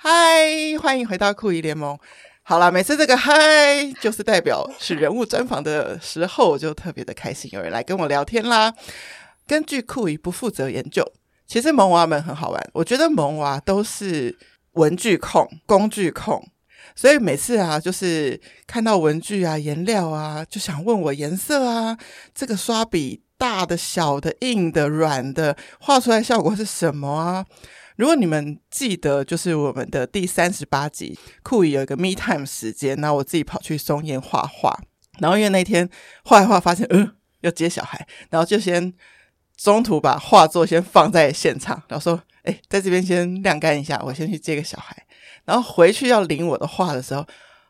嗨，欢迎回到酷姨联盟。好啦，每次这个嗨，就是代表是人物专访的时候，我就特别的开心，有人来跟我聊天啦。根据酷姨不负责研究，其实萌娃们很好玩，我觉得萌娃都是文具控、工具控，所以每次啊，就是看到文具啊、颜料啊，就想问我颜色啊，这个刷笔大的、小的、硬的、软的，画出来效果是什么啊？如果你们记得，就是我们的第三十八集，酷姨有一个 me time 时间，那我自己跑去松烟画画，然后因为那天画一画发现，嗯，要接小孩，然后就先中途把画作先放在现场，然后说，哎，在这边先晾干一下，我先去接个小孩，然后回去要领我的画的时候。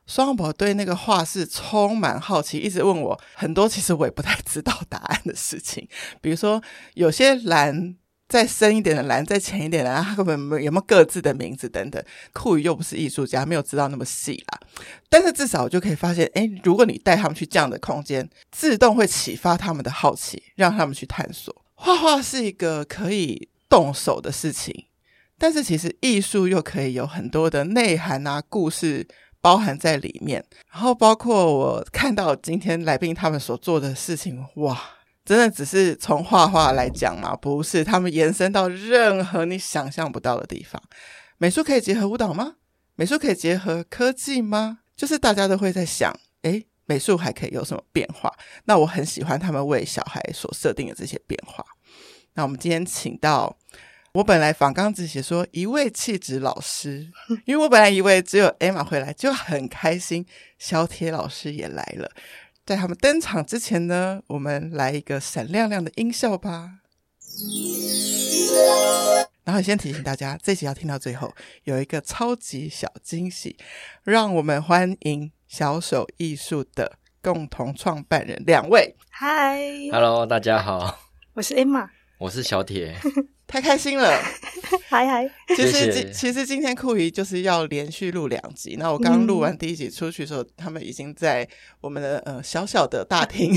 双宝对那个画室充满好奇，一直问我很多其实我也不太知道答案的事情，比如说有些蓝再深一点的蓝，再浅一点的蓝，它根本没有有没有各自的名字等等。酷宇又不是艺术家，没有知道那么细啦。但是至少我就可以发现，诶，如果你带他们去这样的空间，自动会启发他们的好奇，让他们去探索。画画是一个可以动手的事情，但是其实艺术又可以有很多的内涵啊、故事包含在里面。然后包括我看到今天来宾他们所做的事情，哇！真的只是从画画来讲嘛？不是，他们延伸到任何你想象不到的地方。美术可以结合舞蹈吗？美术可以结合科技吗？就是大家都会在想，诶，美术还可以有什么变化？那我很喜欢他们为小孩所设定的这些变化。那我们今天请到我本来访刚只写说一位气质老师，因为我本来以为只有 Emma 会来，就很开心，小铁老师也来了。在他们登场之前呢，我们来一个闪亮亮的音效吧。然后先提醒大家，这集要听到最后，有一个超级小惊喜，让我们欢迎小手艺术的共同创办人两位，嗨 Hello，大家好， 我是 Emma。我是小铁。太开心了！嗨嗨， 其实谢谢今其实今天酷鱼就是要连续录两集，那我刚录完第一集出去的时候，他们已经在我们的呃小小的大厅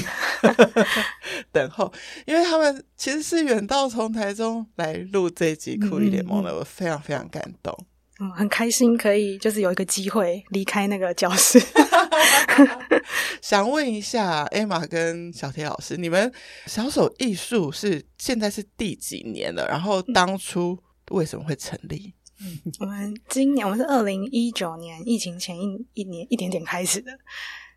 等候，因为他们其实是远道从台中来录这一集酷鱼联盟的，我非常非常感动。嗯，很开心可以就是有一个机会离开那个教室。 想问一下，Emma 跟小铁老师，你们小手艺术是现在是第几年了？然后当初为什么会成立？我们今年我们是二零一九年疫情前一一年一点点开始的，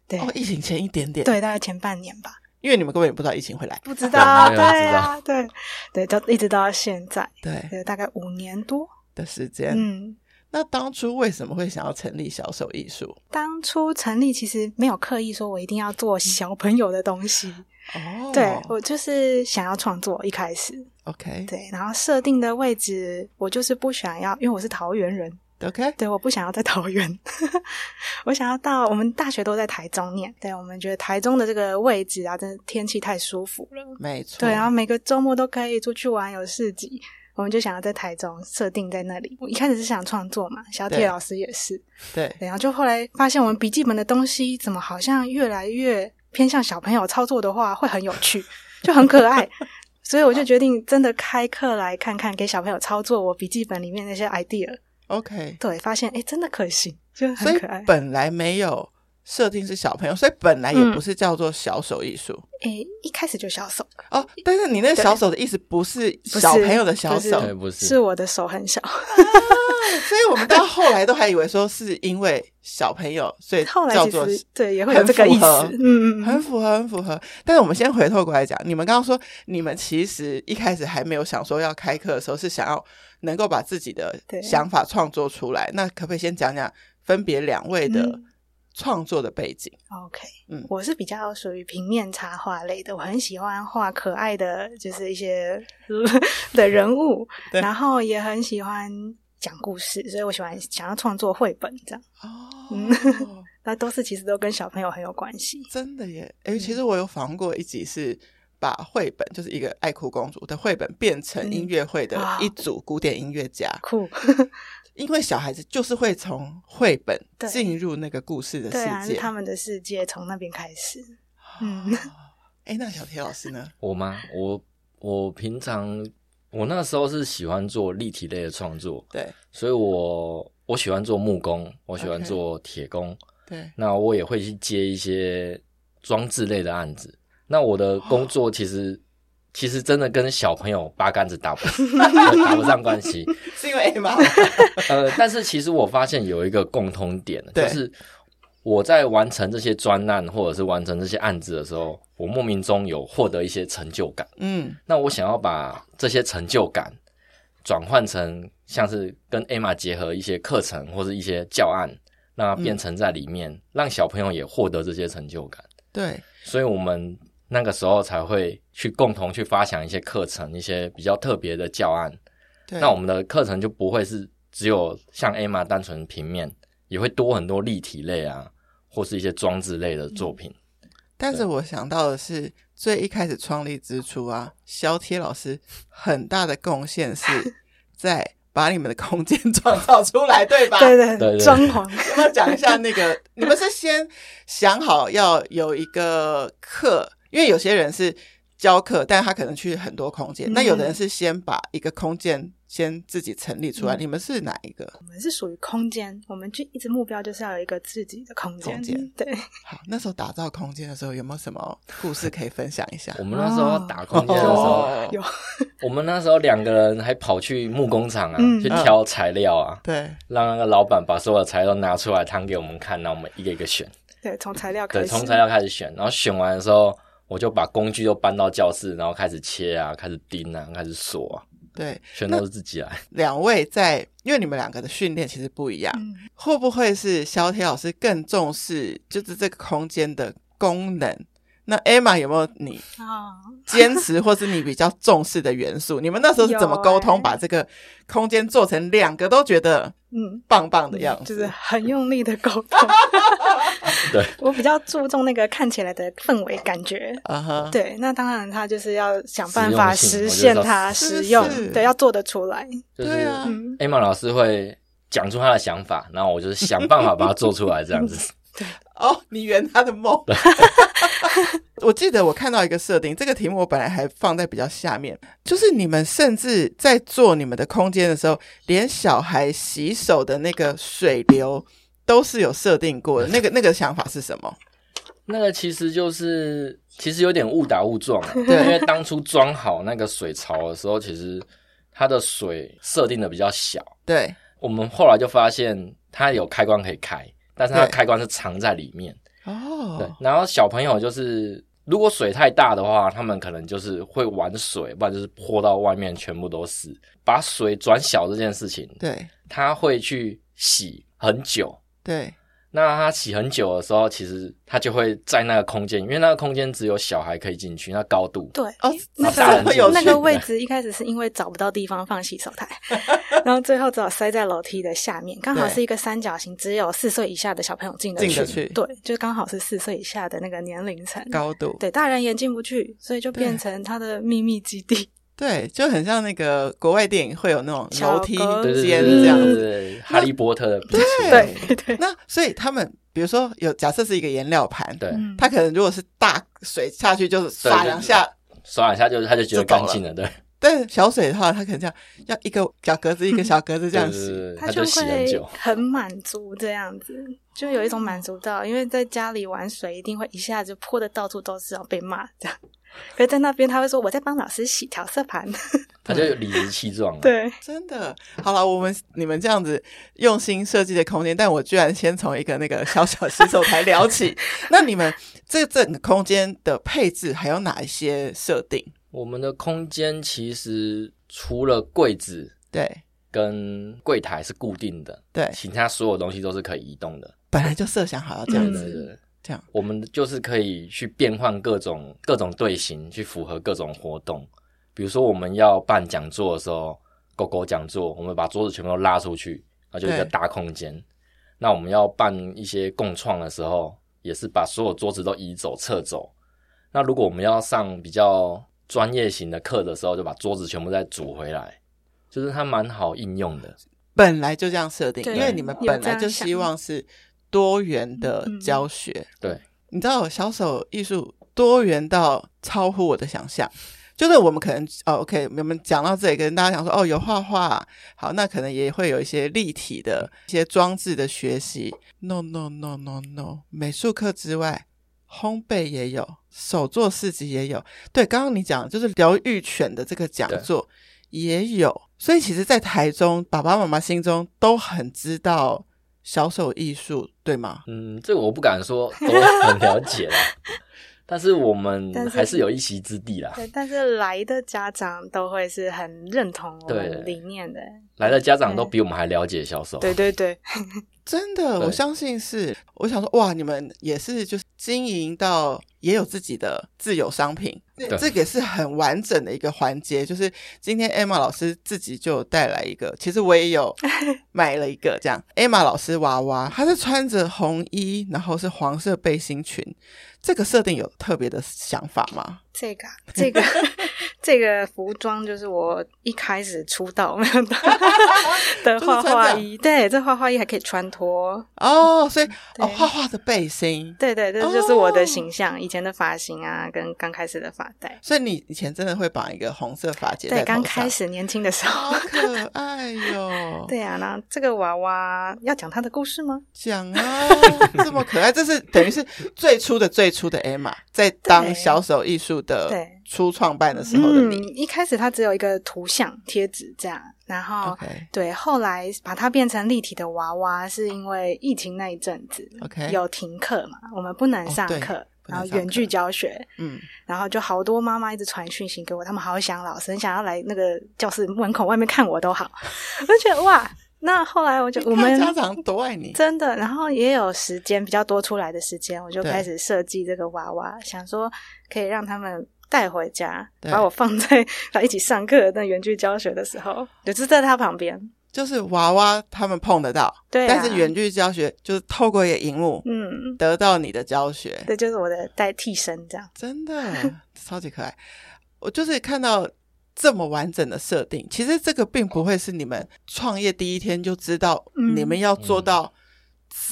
对、哦，疫情前一点点，，对，大概前半年吧，因为你们根本也不知道疫情会来，不知道道，没有对人啊，对对，到一直到现在，对对，大概五年多。的时间，嗯，那当初为什么会想要成立小手艺术？当初成立其实没有刻意说我一定要做小朋友的东西，哦，对我就是想要创作一开始， ，OK 对，然后设定的位置，我就是不想要，因为我是桃园人， OK，对，我不想要在桃园， 我想要到我们大学都在台中念，对我们觉得台中的这个位置啊，真的天气太舒服了，没错，对，啊然后每个周末都可以出去玩，有市集，我们就想要在台中设定在那里。我一开始是想创作嘛，小对铁老师也是，对对然后就后来发现我们笔记本的东西怎么好像越来越偏向小朋友操作的话，会很有趣，就很可爱。所以我就决定真的开课来看看，给小朋友操作我笔记本里面那些 idea。 ，OK，对，发现哎，诶真的可行，就所很以可爱。本来没有设定是小朋友，所以本来也嗯不是叫做小手艺术、哎，一开始就小手，哦。但是你那对小手的意思不是不是小朋友的小手，对，哎不是，是我的手很小。所以我们到后来都还以为说是因为小朋友，所以后来叫其做实对也会有这个意思很符合，嗯嗯很嗯，符合，很符合。但是我们先回头过来讲，你们刚刚说，你们其实一开始还没有想说要开课的时候，是想要能够把自己的对想法创作出来。那可不可以先讲讲分别两位的嗯创作的背景？ OK，嗯我是比较属于平面插画类的，我很喜欢画可爱的，就是一些 的人物，对然后也很喜欢讲故事，所以我喜欢想要创作绘本这样，嗯哦， 那都是其实都跟小朋友很有关系。真的耶！诶，嗯其实我有访过一集是。把绘本就是一个爱哭公主的绘本变成音乐会的嗯哇一组古典音乐家，酷，因为小孩子就是会从绘本对进入那个故事的 对啊，世是界。他们的世界从那边开始。啊嗯，哎，那小铁老师呢？我吗？我我平常我那时候是喜欢做立体类的创作， 对所以我我喜欢做木工，我喜欢 OK 做铁工对，那我也会去接一些装置类的案子。那我的工作其实、其实真的跟小朋友八竿子打不 打不上关系， 是因为 A 吗？呃，但是其实我发现有一个共通点，对就是我在完成这些专案或者是完成这些案子的时候，我莫名中有获得一些成就感。嗯，那我想要把这些成就感转换成像是跟 Emma 结合一些课程或是一些教案，那变成在里面、让小朋友也获得这些成就感。对，所以我们那个时候才会去共同去发想一些课程，一些比较特别的教案。对，那我们的课程就不会是只有像 Emma 单纯平面，也会多很多立体类啊，或是一些装置类的作品。但是我想到的是，最一开始创立之初啊，肖贴老师很大的贡献 是在把你们的空间 创造出来，对吧？对对对对装潢，要不要讲一下那个？你们是先想好要有一个课，因为有些人是教课，但他可能去很多空间；嗯那有的人是先把一个空间先自己成立出来。嗯你们是哪一个？我们是属于空间，我们就一直目标就是要有一个自己的空间。空间对，好，那时候打造空间的时候，有没有什么故事可以分享一下 我？们那时候打空间的时候，嗯哦 有我们那时候两个人还跑去木工厂啊，嗯去挑材料啊，对，让那个老板把所有的材料拿出来摊给我们看，然后我们一个一个选。对，从材料开对，始，从材料开始选，然后选完的时候，我就把工具都搬到教室，然后开始切啊，开始钉啊，开始锁啊，对，全都是自己来。两位在，因为你们两个的训练其实不一样，嗯，会不会是肖铁老师更重视就是这个空间的功能？那 Emma 有没有你啊、坚持或是你比较重视的元素？你们那时候是怎么沟有通，欸把这个空间做成两个都觉得嗯，棒棒的样就子？是很用力的沟通。对， 我比较注重那个看起来的氛围感觉。啊哈，对，那当然，他就是要想办法实实用性现它我就知道实用是是，对，要做得出来。就是对啊嗯， Emma 老师会讲出他的想法，然后我就是想办法把它做出来，这样子。哦，你圆他的梦。 我记得我看到一个设定，这个题目我本来还放在比较下面，就是你们甚至在做你们的空间的时候，连小孩洗手的那个水流都是有设定过的。那个那个想法是什么？那个其实就是，其实有点误打误撞、啊，对因为当初装好那个水槽的时候，其实它的水设定的比较小，对我们后来就发现它有开关可以开，但是它的对开关是藏在里面。对哦，，然后小朋友就是如果水太大的话，他们可能就是会玩水，不然就是泼到外面全部都是。把水转小这件事情，对他会去洗很久。对那他洗很久的时候，其实他就会在那个空间，因为那个空间只有小孩可以进去，那高度。对，哦，那大这人么个会有进那趣个位置一开始是因为找不到地方放洗手 台，然后最后只好塞在楼梯的下面，刚好对是一个三角形，只有四岁以下的小朋友进得进得去对，就刚好是四岁以下的那个年龄层，高度，对，大人也进不去，所以就变对成他的秘密基地。对，就很像那个国外电影会有那种小楼梯格对对间对这对样对子。对，哈利波特的笔记对对对，那所以他们比如说有假设是一个颜料盘，对，嗯他可能如果是大水下去就是刷两下，刷一下就他就觉得就懂了干净了，对，但是小水的话，他可能这样要一个小格子一个小格子这样对洗。对对对他他就洗很会久。很满足这样子，就有一种满足到，因为在家里玩水一定会一下子泼的到处都是，然后被骂这样。可是在那边他会说我在帮老师洗调色盘， 他就理直气壮了。啊对，真的，好了，我们你们这样子用心设计的空间，但我居然先从一个那个小小洗手台聊 起。那你们这整个空间的配置还有哪一些设定？我们的空间其实除了柜子对跟柜台是固定的，对，其他所有东西都是可以移动的。本来就设想好要这对样嗯子，对对，这样我们就是可以去变换各种各种队形，去符合各种活动。比如说我们要办讲座的时候，狗狗讲座，我们把桌子全部都拉出去，那就一个对大空间。那我们要办一些共创的时候，也是把所有桌子都移走、撤走。那如果我们要上比较专业型的课的时候，就把桌子全部再组回来，就是它蛮好应用的。本来就这样设定，对因为你们本来就希望是多元的教学。嗯嗯对，你知道我小手艺术多元到超乎我的想象，就是我们可能哦，OK，我们讲到这里，跟大家讲说，哦，有画画，好，那可能也会有一些立体的一些装置的学习。No No No No No，美术课之外，烘焙也有，手作市集也有。对，刚刚你讲就是疗愈犬的这个讲座也有，所以其实，在台中，爸爸妈妈心中都很知道小手艺术，对吗？嗯，这个我不敢 说都很了解啦，但是我们 但是还是有一席之地啦。对，但是来的家长都会是很认同我对哦们理念的，来的家长都比我们还了解销售，对对对，真的，对我相信是。我想说，哇，你们也是就是经营到也有自己的自有商品，对这个也是很完整的一个环节。就是今天 Emma 老师自己就有带来一个，其实我也 有买了一个这样。Emma 老师娃娃，她是穿着红衣，然后是黄色背心裙，这个设定有特别的想法 吗？这个啊这个 这个服装就是我一开始出道 没有的的就是画穿这画样衣，对，这画画衣还可以穿脱，哦，所以哦，嗯对画画的背心。对对，这就是我哦的形象，以前的发型啊，跟刚开始的发带，所以你以前真的会绑一个红色发哦结在对，头上，刚开始年轻的时好候。可爱哟、 对啊，那这个娃娃要讲他的故事吗？讲啊，这么可爱，这是等于是最初的最初的 Emma，在当小手艺术的对初创办的时候的嗯你。，一开始它只有一个图像贴纸这样，然后 OK 对，后来把它变成立体的娃娃，是因为疫情那一阵子 OK 有停课嘛，我们不能上哦对课，不能然后上远距课教学，嗯，然后就好多妈妈一直传讯息给我，他们好想老师，很想要来那个教室门口外面看我都好， 我就觉得哇，那后来我就我你看们家长多爱你，真的，然后也有时间比较多出来的时间，我就对开始设计这个娃娃，想说可以让他们带回家，对把我放在来一起上课的那远距教学的时候，对就是在他旁边。就是娃娃他们碰得到，对、啊，但是远距教学就是透过一个荧幕、嗯，得到你的教学，对，就是我的代替身这样。真的超级可爱。我就是看到这么完整的设定，其实这个并不会是你们创业第一天就知道嗯你们要做到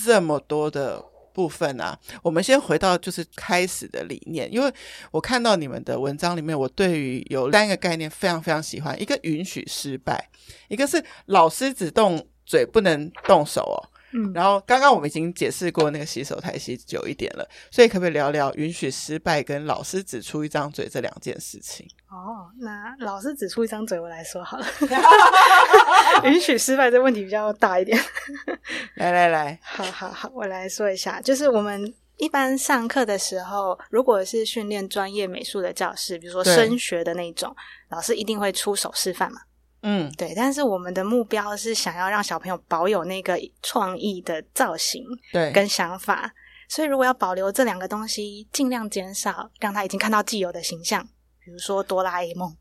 这么多的部分啊。我们先回到就是开始的理念，因为我看到你们的文章里面，我对于有三个概念非常非常喜欢，一个允许失败，一个是老师只动嘴不能动手哦，嗯，然后刚刚我们已经解释过那个洗手台洗久一点了，所以可不可以聊聊允许失败跟老师只出一张嘴这两件事情？哦，那老师只出一张嘴，我来 说好了。 允许失败这问题比较大一点。 来来来，好好好，我来说一下，就是我们一般上课的时候，如果是训练专业美术的教室，比如说对升学的那种，老师一定会出手示范嘛。嗯，对，但是我们的目标是想要让小朋友保有那个创意的造型对，跟想法，所以如果要保留这两个东西，尽量减少让他已经看到既有的形象，比如说哆啦 A 梦。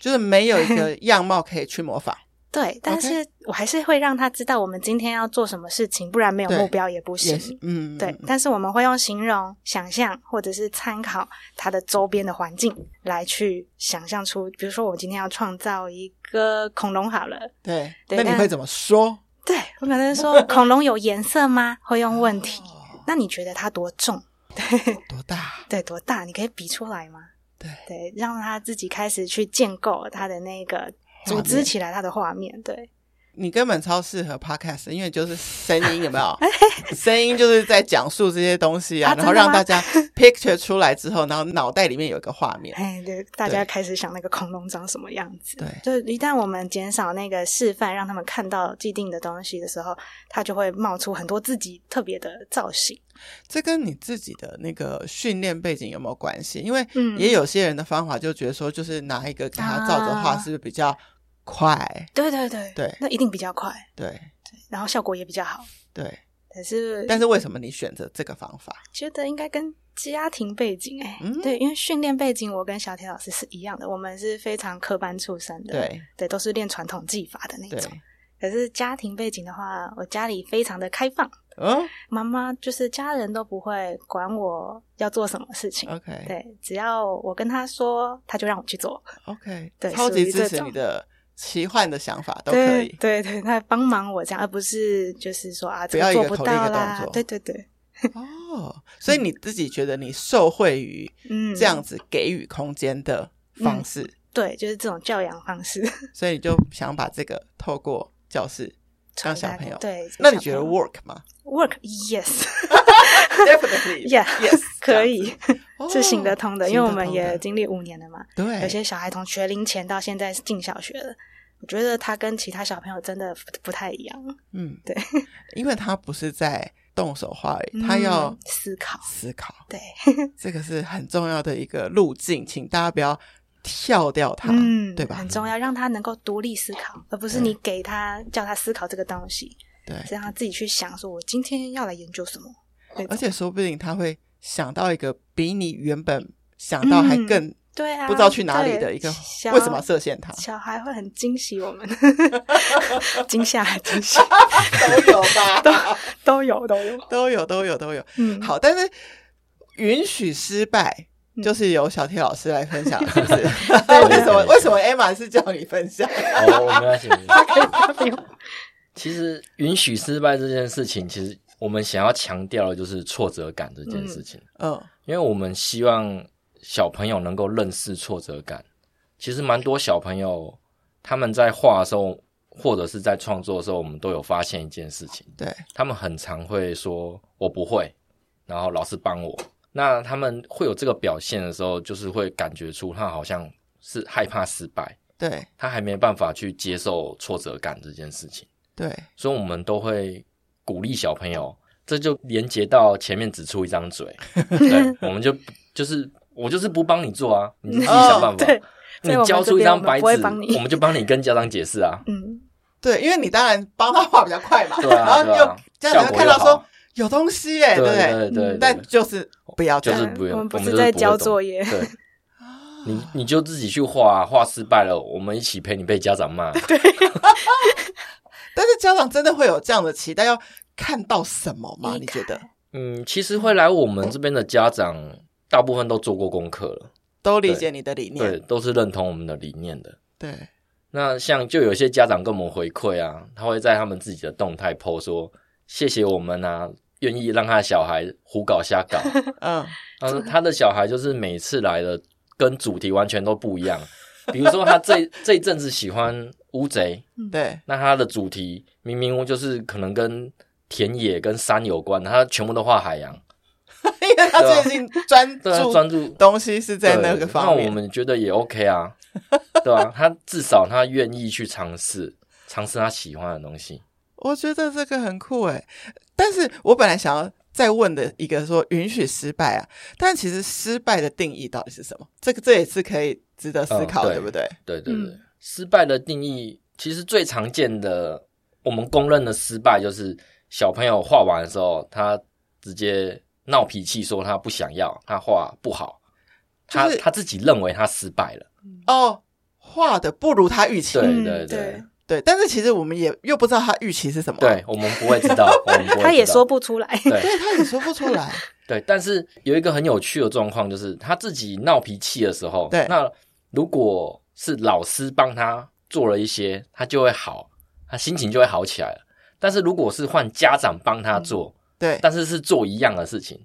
就是没有一 个样貌可以去模仿，对，但 OK 是我还是会让他知道我们今天要做什么事情，不然没有对目标也不行。也是，嗯，对，但是我们会用形容、想象或者是参考它的周边的环境来去想象出，比如说我今天要创造一个恐龙好了，对。对那你但会怎么说？对我可能说恐龙有颜色吗？会用问哦题，那你觉得它多重？多大？对，多大？你可以比出来吗？对对，让他自己开始去建构他的那个组织起来他的画面。对，你根本超适合 podcast，因为就是声音有没 有？声音就是在讲述这些东西啊，啊然后真的让吗大家 picture 出来之后，然后脑袋里面有一个画面。哎，对，大家开始想那个恐龙长什么样子。对就是一旦我们减少那个示范，让他们看到既定的东西的时候，它就会冒出很多自己特别的造型。这跟你自己的那个训练背景有没有关系？因为嗯也有些人的方法就觉得说，就是拿一个给他照着画，啊是不是比较快？对对对对那一定比较快，对然后效果也比较好。对。但是，但是为什么你选择这个方法？觉得应该跟家庭背景哎、嗯对，因为训练背景我跟小铁老师是一样的，我们是非常科班出身的，对对，都是练传统技法的那对，种。可是家庭背景的话，我家里非常的开放，嗯妈妈就是家人都不会管我要做什么事情。 ，OK 对，只要我跟他说，他就让我去做， OK，对超级属于这支持种你的奇幻的想法都可对 以。对对，他帮忙我这样，而不是就是说啊，不这要个一个做不口令一个到动啦作，对对对，哦，所以你自己觉得你受惠于嗯，这样子给予空间的方式，对，就是这种教养方式，所以你就想把这个透过教室让小传达朋友。对。那你觉得小朋 work 吗友 work yes ？Definitely yeah yes， 可以这样子是行得通的，哦因为我行得们通也的哎经历五年了嘛。对有些小孩从学龄前到现在是进小学了，我觉得他跟其他小朋友真的不不太一样，嗯对， 因为他不是在动手画而已，他要嗯思考。思考，对，这个是很重要的一个路径，请大家不要跳掉它，嗯，对吧？很重要，让他能够独立思考，而不是你给他叫他思考这个东西，对，是让他自己去想，说我今天要来研究什么。对而且说不定他会想到一个比你原本想到还更对啊，不知道去哪里的对一个，小为什么要设限它？小孩会很惊喜我们， 惊吓惊喜都有吧，都都有都有， 都有，都有，都有。嗯，好，但是允许失败，嗯就是由小铁老师来分享，是不是？ 为什么？为什么 Emma 是叫你分享？哦，没关系。没有，其实允许失败这件事情，其实我们想要强调的就是挫折感这件事情，嗯，因为我们希望小朋友能够认识挫折感。其实蛮多小朋友他们在画的时候，或者是在创作的时候，我们都有发现一件事情，对，他们很常会说“我不会”，然后老师帮我。那他们会有这个表现的时候，就是会感觉出他好像是害怕失败，对，他还没办法去接受挫折感这件事情。对，所以我们都会鼓励小朋友，这就连接到前面只出一 张嘴，对，我们就就是我就是不帮你做啊， 你自己想办哦法。对你在我们交这出一边张我们白纸，不会帮你我们就帮你跟家长解释啊，嗯，对，因为你当然帮他画比较快嘛，对然啊，后对又啊，家长效就果看又到说好，有东西耶，对不对对，嗯对但就是不要这就样是嗯不用我们不我们就是在不会交动作业，对，你你就自己去画啊，画失败了，我们一起陪你被家长骂，但是家长真的会有这样的期待，要看到什么吗？一你觉得嗯，其实会来我们这边的家长，大部分都做过功课了，都理解你的理念，对，都是认同我们的理念的。对那像就有些家长跟我们回馈啊，他会在他们自己的动态 PO 说谢谢我们啊，愿意让他的小孩胡搞瞎搞。嗯，他说他的小孩就是每次来的跟主题完全都不一样，比如说他这这一阵子喜欢乌贼，对， 那他的主题明明就是可能跟田野跟山有关，他全部都画海洋，因为他最近专对啊，注专注东西是在那个对方那我面，们觉得也 OK 啊， 对吧、他至少他愿意去尝试，尝试他喜欢的东西。我觉得这个很酷诶。但是我本来想要再问的一个说允许失败啊，但其实失败的定义到底是什么？这个这也是可以值得思考，嗯对对不对？对对对，嗯失败的定义其实最常见的，我们公认的失败就是小朋友画完的时候，他直接闹脾气，说他不想要，他画不好，他、就是他自己认为他失败了。哦，画的不如他预期，对嗯对对对对但是其实我们也又不知道他预期是什么，啊对，我们不会知道，我 们不会知道他也说不出来，对对，他也说不出 来，对，但是有一个很有趣的状况，就是他自己闹脾气的时候，对那如果是老师帮他做了一些，他就会好，他心情就会好起来了。但是如果是换家长帮他做，对，但是是做一样的事情，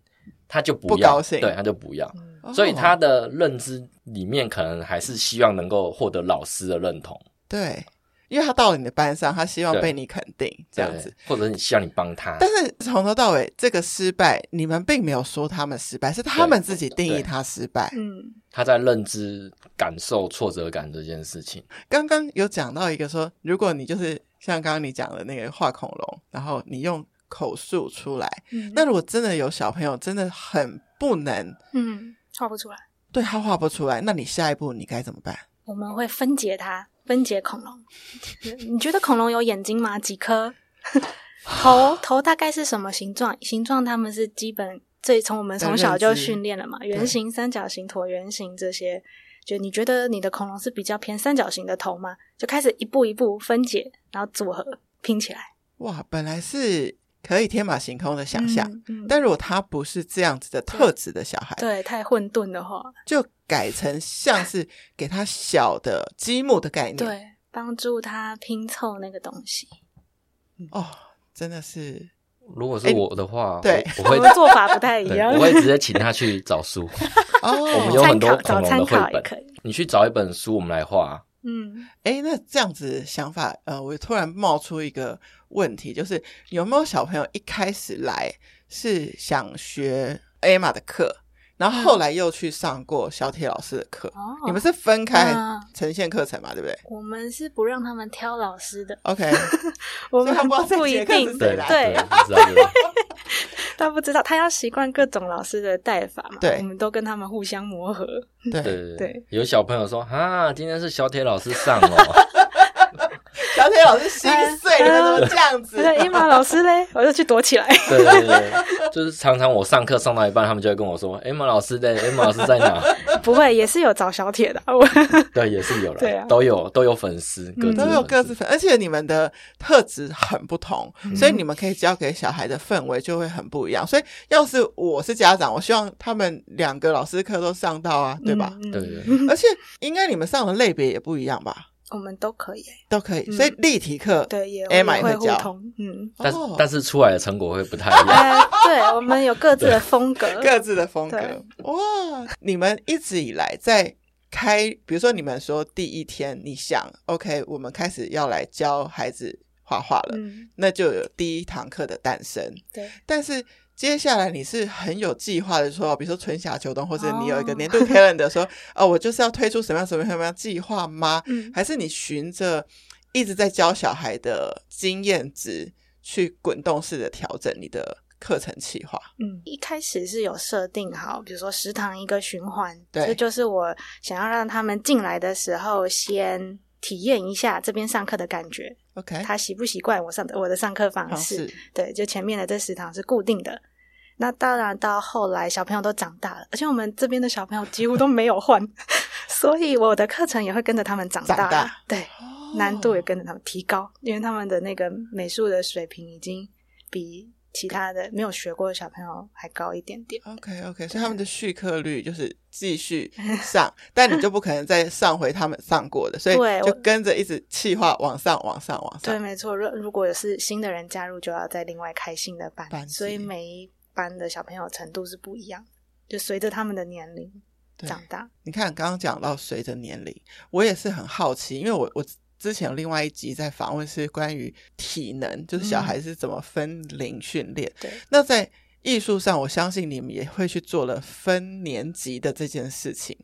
他就不嗯不要，高兴对，他就不要。哦所以他的认知里面，可能还是希望能够获得老师的认同，对，因为他到了你的班上，他希望对被你肯定这样对子。，或者是你希望你帮他，但是从头到尾，这个失败你们并没有说他们失败，是他们自己定义对他失败。嗯，他在认知、感受挫折感这件事情。刚刚有讲到一个说，如果你就是像刚刚你讲的那个画恐龙，然后你用口述出来，嗯那如果真的有小朋友真的很不能嗯画不出来，对他画不出来，那你下一步你该怎么办？我们会分解它，分解恐龙。你觉得恐龙有眼睛吗？几颗？头头大概是什么形状？形状它们是基本最从我们从小就训练了嘛，圆形、三角形、椭圆形这些。就你觉得你的恐龙是比较偏三角形的头吗？就开始一步一步分解，然后组合拼起来。哇，本来是可以天马行空的想象，嗯，嗯但如果他不是这样子的特质的小孩，对，太混沌的话，就改成像是给他小的积木的概念。对，帮助它拼凑那个东西。哦，真的 是如果是哎我的话，对我我 我会们做法不太一对，样 我，会直接请他去找书。哦，我们有参很多考恐找龙的参绘考也本可以。你去找一本书，我们来画。嗯，哎，那这样子想法，呃，我突然冒出一个问题，就是有没有小朋友一开始来是想学 Emma 的课，然后后来又去上过小铁老师的课？哦，你们是分开嗯呈现课程嘛？对不对我们是不让他们挑老师的， ？OK，我所以们他不知道这不一节课是定，谁对来对对，是 啊是啊他不知道，他要习惯各种老师的带法嘛。对我们都跟他们互相磨合。对，对对对。有小朋友说啊，今天是小铁老师上哦， 小铁老师心碎了，他怎么这样 我说子？伊玛老师嘞，我就去 躲起来。对对对，就是常常我上课上到一半，他们就会跟我说，Emma 老师在，Emma 老师在哪？ 不会，也是有找小铁的。啊我对，也是有对啊了，都有都有粉丝，各自嗯都的有粉各丝自分，而且你们的特质很不同，所以你们可以教给小孩的氛围就会很不一样。所以，要是我是家长，我希望他们两个老师课都上到啊，对吧？？嗯对对，对而且，应该你们上的类别也不一样吧？我们都可以。都可以，嗯所以立体课对，也 Emma 也也会会互教通。嗯，但是哦但是出来的成果会不太一样。呃，对，我们有各自的风格。各自的风格对。哇，你们一直以来在开，比如说你们说第一天，你想 OK，我们开始要来教孩子画画了，嗯，那就有第一堂课的诞生。对，但是接下来你是很有计划的说，比如说春夏秋冬，或者你有一个哦年度 calendar 说，哦，我就是要推出什么样什么样什么样计划吗？嗯还是你循着一直在教小孩的经验值去滚动式的调整你的课程计划？ 嗯，一开始是有设定好，比如说食堂一个循环，对这就是我想要让他们进来的时候先体验一下这边上课的感觉， OK，他习不习惯我上的我的上课方哎方式？式对，就前面的这食堂是固定的。那当然，到后来小朋友都长大了，而且我们这边的小朋友几乎都没有换， 所以我的课程也会跟着他们长大。长大对，哦难度也跟着他们提高，因为他们的那个美术的水平已经比其他的没有学过的小朋友还高一点点。 OK OK，所以他哦们的续课率就是继 续上，但你就不可能再上回他们上过的，所以对就我跟着一直气化往上往上往对，上。没错。如如果是新的人加入，就要再另外开新的班，班级所以每一班的小朋友程度是不一样的，就随着他们的年龄对长大。你看，刚刚讲到随着年龄，我也是很好奇，因为我我之前有另外一集在访问是关于体能，就是嗯小孩是怎么分龄训练。对，那在艺术上，我相信你们也会去做了分年级的这件事情。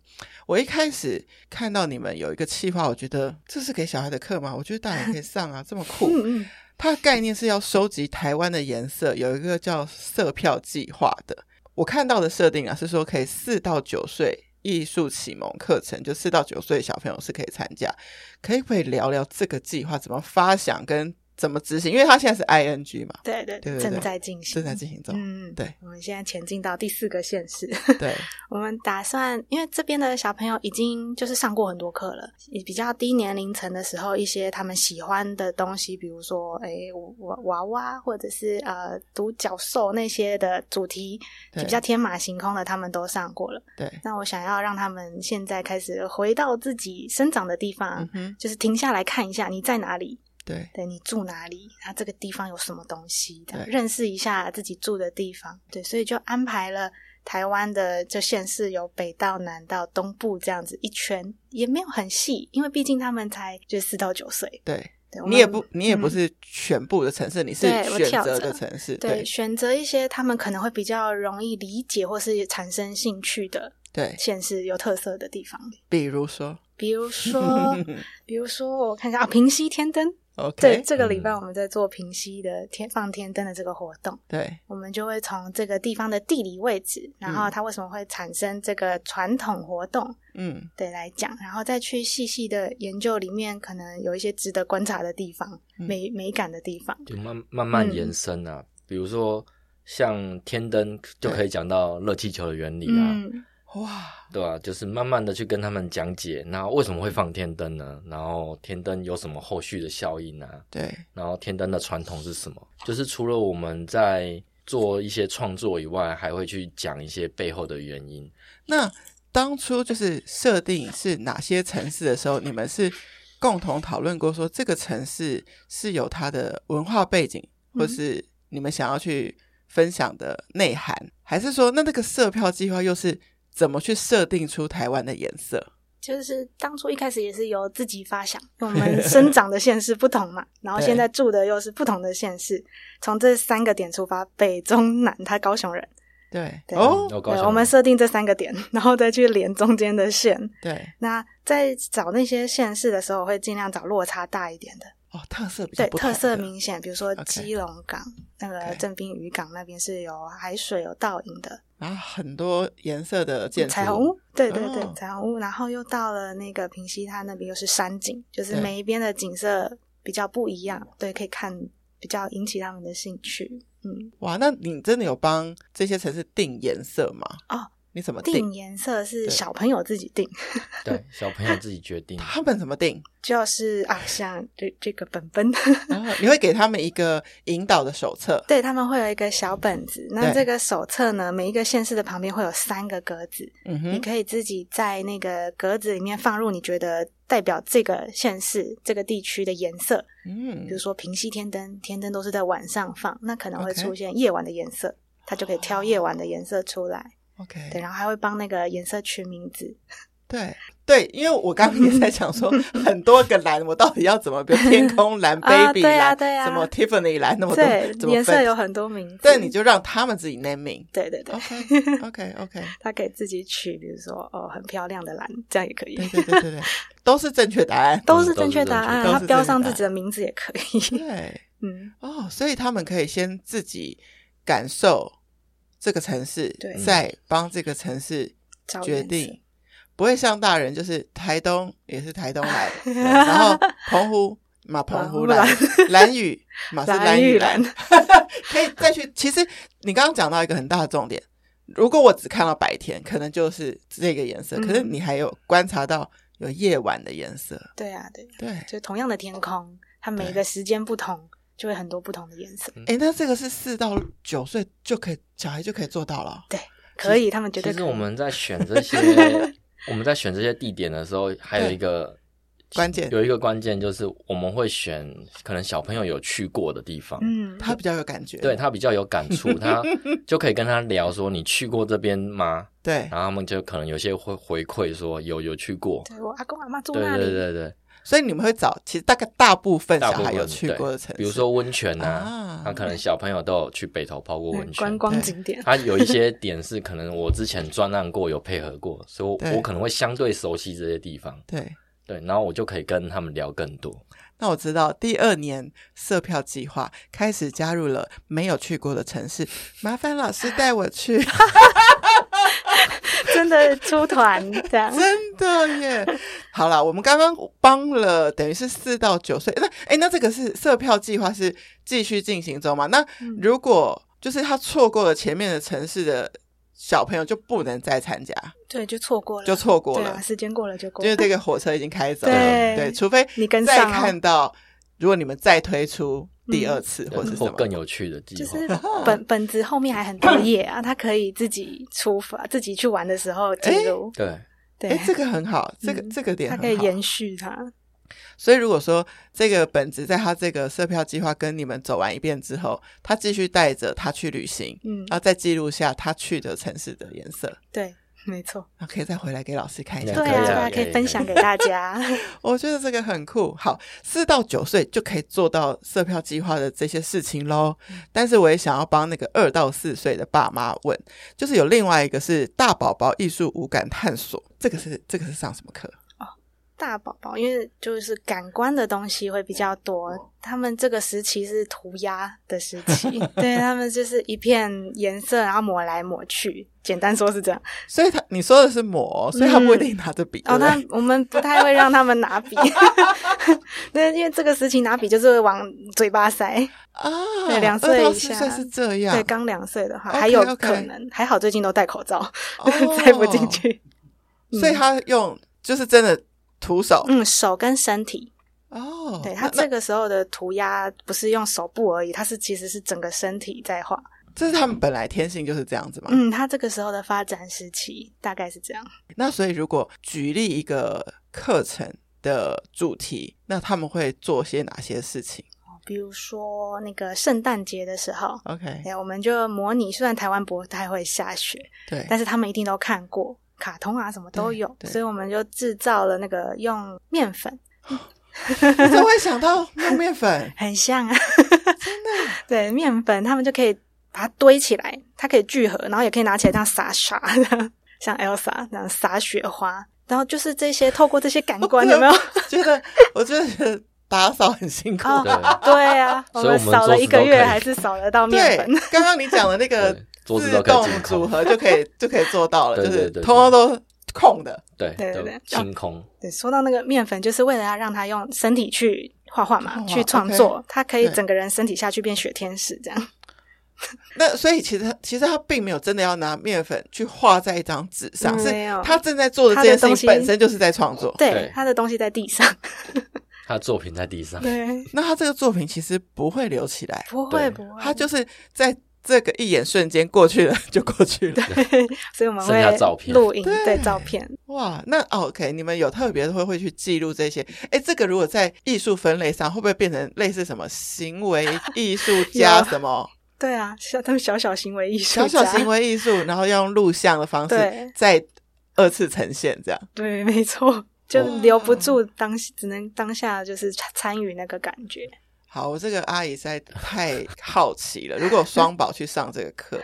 我一开始看到你们有一个计划，我觉得这是给小孩的课吗？我觉得大 人可以上啊，这么酷。嗯嗯，它的概念是要收集台湾的颜色，有一个叫色票计划的。我看到的设定啊，是说可以四到九岁艺术启蒙课程，就四到九岁小朋友是可以参加。可以不可以聊聊这个计划怎么发想跟怎么执行？因为它现在是 ing 嘛，对对，对对对正在进行，正在进行中。嗯，对。我们现在前进到第四个县市， 对，我们打算，因为这边的小朋友已经就是上过很多课了，也比较低年龄层的时候，一些他们喜欢的东西，比如说诶娃娃娃，或者是呃独角兽那些的主题，对比较天马行空的，他们都上过了。对，那我想要让他们现在开始回到自己生长的地方，嗯哼，就是停下来看一下你在哪里，对，啊对你住哪里，然后这个地方有什么东西，这样对认识一下自己住的地方。对，所以就安排了台湾的这县市由北到南到东部这样子一圈，也没有很细，因为毕竟他们才就四到九岁。对。对，我们你也不，你也不嗯是全部的城市，你是对我选跳择着的城市。对对，选择一些他们可能会比较容易理解或是产生兴趣的对，县市有特色的地方，比如说比如 说，比如说我看一下啊，平息天灯。对， ，OK，这个礼拜嗯我们在做平息的天放天灯的这个活动。对，我们就会从这个地方的地理位置，然嗯后它为什么会产生这个传统活动，嗯，对来讲，然后再去细细的研究里面可能有一些值得观察的地方、嗯美美感的地方。就慢慢慢嗯延伸啊。比如说像天灯就可以讲到热气球的原理啊，嗯，哇，对吧、就是慢慢的去跟他们讲解，那为什么会放天灯呢？然后天灯有什么后续的效应啊？对，然后天灯的传统是什么？就是除了我们在做一些创作以外，还会去讲一些背后的原因。那当初就是设定是哪些城市的时候，你们是共同讨论过说这个城市是有它的文化背景，嗯或是你们想要去分享的内涵，还是说那那个色票计划又是怎么去设定出台湾的颜色？就是当初一开始也是由自己发想，因为我们生长的县市不同嘛，然后现在住的又是不同的县市，从这三个点出发，北中南，他高雄人，对对哦，有高对，雄我们设定这三个点，然后再去连中间的线。对那在找那些县市的时候，我会尽量找落差大一点的，哦，特色比较对，不特同色的明显，比如说 OK 基隆港那个 OK 正滨渔港那边是有海水、有倒影的，然后很多颜色的建筑，彩虹屋，对对对，哦彩虹屋。然后又到了那个平西，它那边又是山景，就是对每一边的景色比较不一样，对，可以看比较引起他们的兴趣。嗯，哇，那你真的有帮这些城市定颜色吗？哦，你怎么定？定颜色是对小朋友自己定，对小朋友自己决 定。他们怎么定？就是啊，像这这个本本，然后你会给他们一个引导的手册，对他们会有一个小本子。那对这个手册呢，每一个县市的旁边会有三个格子，嗯你哼，可以自己在那个格子里面放入你觉得代表这个县市、这个地区的颜色。嗯比如，说平息天灯，天灯都是在晚上放，那可能会 OK 出现夜晚的颜色，它就可以挑夜晚的颜色出来。 OK，对，然后还会帮那个颜色取名字。对对，因为我刚刚也在想说，很多个蓝，我到底要怎么，比如天空蓝、啊 baby 对啊蓝、对啊什么 Tiffany 蓝，那么多对，怎么颜色分有很多名字。对，你就哦让他们自己 naming。对对对， OK OK OK，它可以自己取，比如说哦，很漂亮的蓝，这样也可以对，对对对对，都是正确答案。都是都是正确正确答嗯案。都是它正标确上答自己的名字也可以。对 嗯，哦，所以他们可以先自己感受这个城市对，再帮这个城市找决颜色定，不会像大人就是台东也是台东来， 对然后澎湖嘛澎湖蓝澎，蓝屿嘛是蓝蓝玉屿蓝蓝， 可以再去。其实你刚刚讲到一个很大的重点，如果我只看到白天，可能就是这个颜色，嗯可是你还有观察到有夜晚的颜色，对啊，对，对。就同样的天空，它每一对个时间不同，就会很多不同的颜色。哎，那这个是四到九岁就可以，小孩就可以做到了。可以，他们绝其对实可以我们在选这些， 我们在选这些地点的时候，还有一个关键有一个关键就是我们会选可能小朋友有去过的地方，嗯，他比较有感觉，对他比较有感 触，他就可以跟他聊说你去过这边吗？对，然后他们就可能有些会回馈说有有去过，对我阿公阿妈住对那里，对对对，所以你们会找，其实大概大部分大小部分孩有去过的城市，对比如说温泉啊呐，那可能小朋友都有去北头泡过温嗯泉，观光景点。它有一些点是可能我之前专案过，有配合过，所以 对我我可能会相对熟悉这些地方，对，对，然后我就可以跟他们聊更多。那我知道第二年色票计划开始加入了没有去过的城市，麻烦老师带我去，，真的出团这 样真的耶！好啦，我们刚刚帮了等于是四到九岁，那哎，那这个是色票计划是继续进行中嘛？那嗯如果就是他错过了前面的城市的小朋友，就不能再参加，对，就错过了，就错过对了。啊，时间过了就过因了为。这个火车已经开走了，对对，除非你跟再上哦看到，如果你们再推出第二次嗯对或者是什或么，更有趣的计就划是。 本本子后面还很多页啊，他可以自己出发，自己去玩的时候进入，对，哎对，，这个很好，这个嗯这个点他很可以好。延续它。所以如果说这个本子在他这个社票计划跟你们走完一遍之后，他继续带着他去旅行，嗯，然后再记录下他去的城市的颜色，对，没错，然后哎可以再回来给老师看一下对对可以啊，啊对啊，可可以以分享给大家。 我觉得这个很酷。好，四到九岁就可以做到色票计划的这些事情喽。但是我也想要帮那个二到四岁的爸妈问，就是有另外一个是大宝宝艺术五感探索，这个是这个是上什么课？大宝宝因为就是感官的东西会比较多，他们这个时期是涂鸦的时期，对他们就是一片颜色，然后抹来抹去，简单说是这样。所以他你说的是抹，所以他不一定拿着笔。对哦，不那对我们不太会让他们拿笔，那因为这个时期拿笔就是会往嘴巴塞。啊，对两岁二以到四下岁是这样，对，刚两岁的话 OK，还有 OK 可能，还好最近都戴口罩，哦 塞不进，去。所以他用就是真的徒手嗯，手跟身体，哦。嗯对那他这个时候的涂鸦不是用手部而已，他是其实是整个身体在画。这是他们本来天性就是这样子嘛。嗯，他这个时候的发展时期大概是这样。那所以，如果举例一个课程的主题，那他们会做些哪些事情比如说那个圣诞节的时候，哎？OK，对，我们就模拟，虽然台湾不太会下雪，对 但是他们一定都看过。卡通啊，什么都有，对对所以我们就制造了那个用面粉，？我怎么会想到用面粉很像啊，真的， 对，面粉他们就可以把它堆起来，它可以聚合，然后也可以拿起来这样撒沙， 这样像 Elsa 这样撒雪花，然后就是这些透过这些感官有没有？觉得我真的觉得打扫很辛苦。哦对，对啊，我所以我们们扫了一个桌子都可月以还是扫得到面对粉，，刚刚你讲的那个对桌子自都可以动清空组合就可以就可以做到了， 对就对是对对通通都空的。对对对都对清空，对，说到那个面粉，就是为了要让他用身体去画画嘛，画画去创作，他可以对整个人身体下去变雪天使这样。那所以其实其实他并没有真的要拿面粉去画在一张纸上，嗯是没有他正在做的这他的件东事西情本身就是在创作。对，对他的东西在地上， 他的作品在地上，对，那他这个作品其实不会留起来，不会对不会，他就是在这个一眼瞬间过去了就过去了。所以我们剩下照会片录影对对照片， 哇，那哦 OK，你们有特别会会去记录这些？哎，这个如果在艺术分类上，会不会变成类似什么行为艺术家有什 么对啊，小他们小小行为艺术小家，小行为艺术，然后要用录像的方对式再二次呈现这样？ 对，没错，就哇留不住当只能当下就是参参与那个感觉，好，我这个阿姨实在太好奇了。如果双宝去上这个课，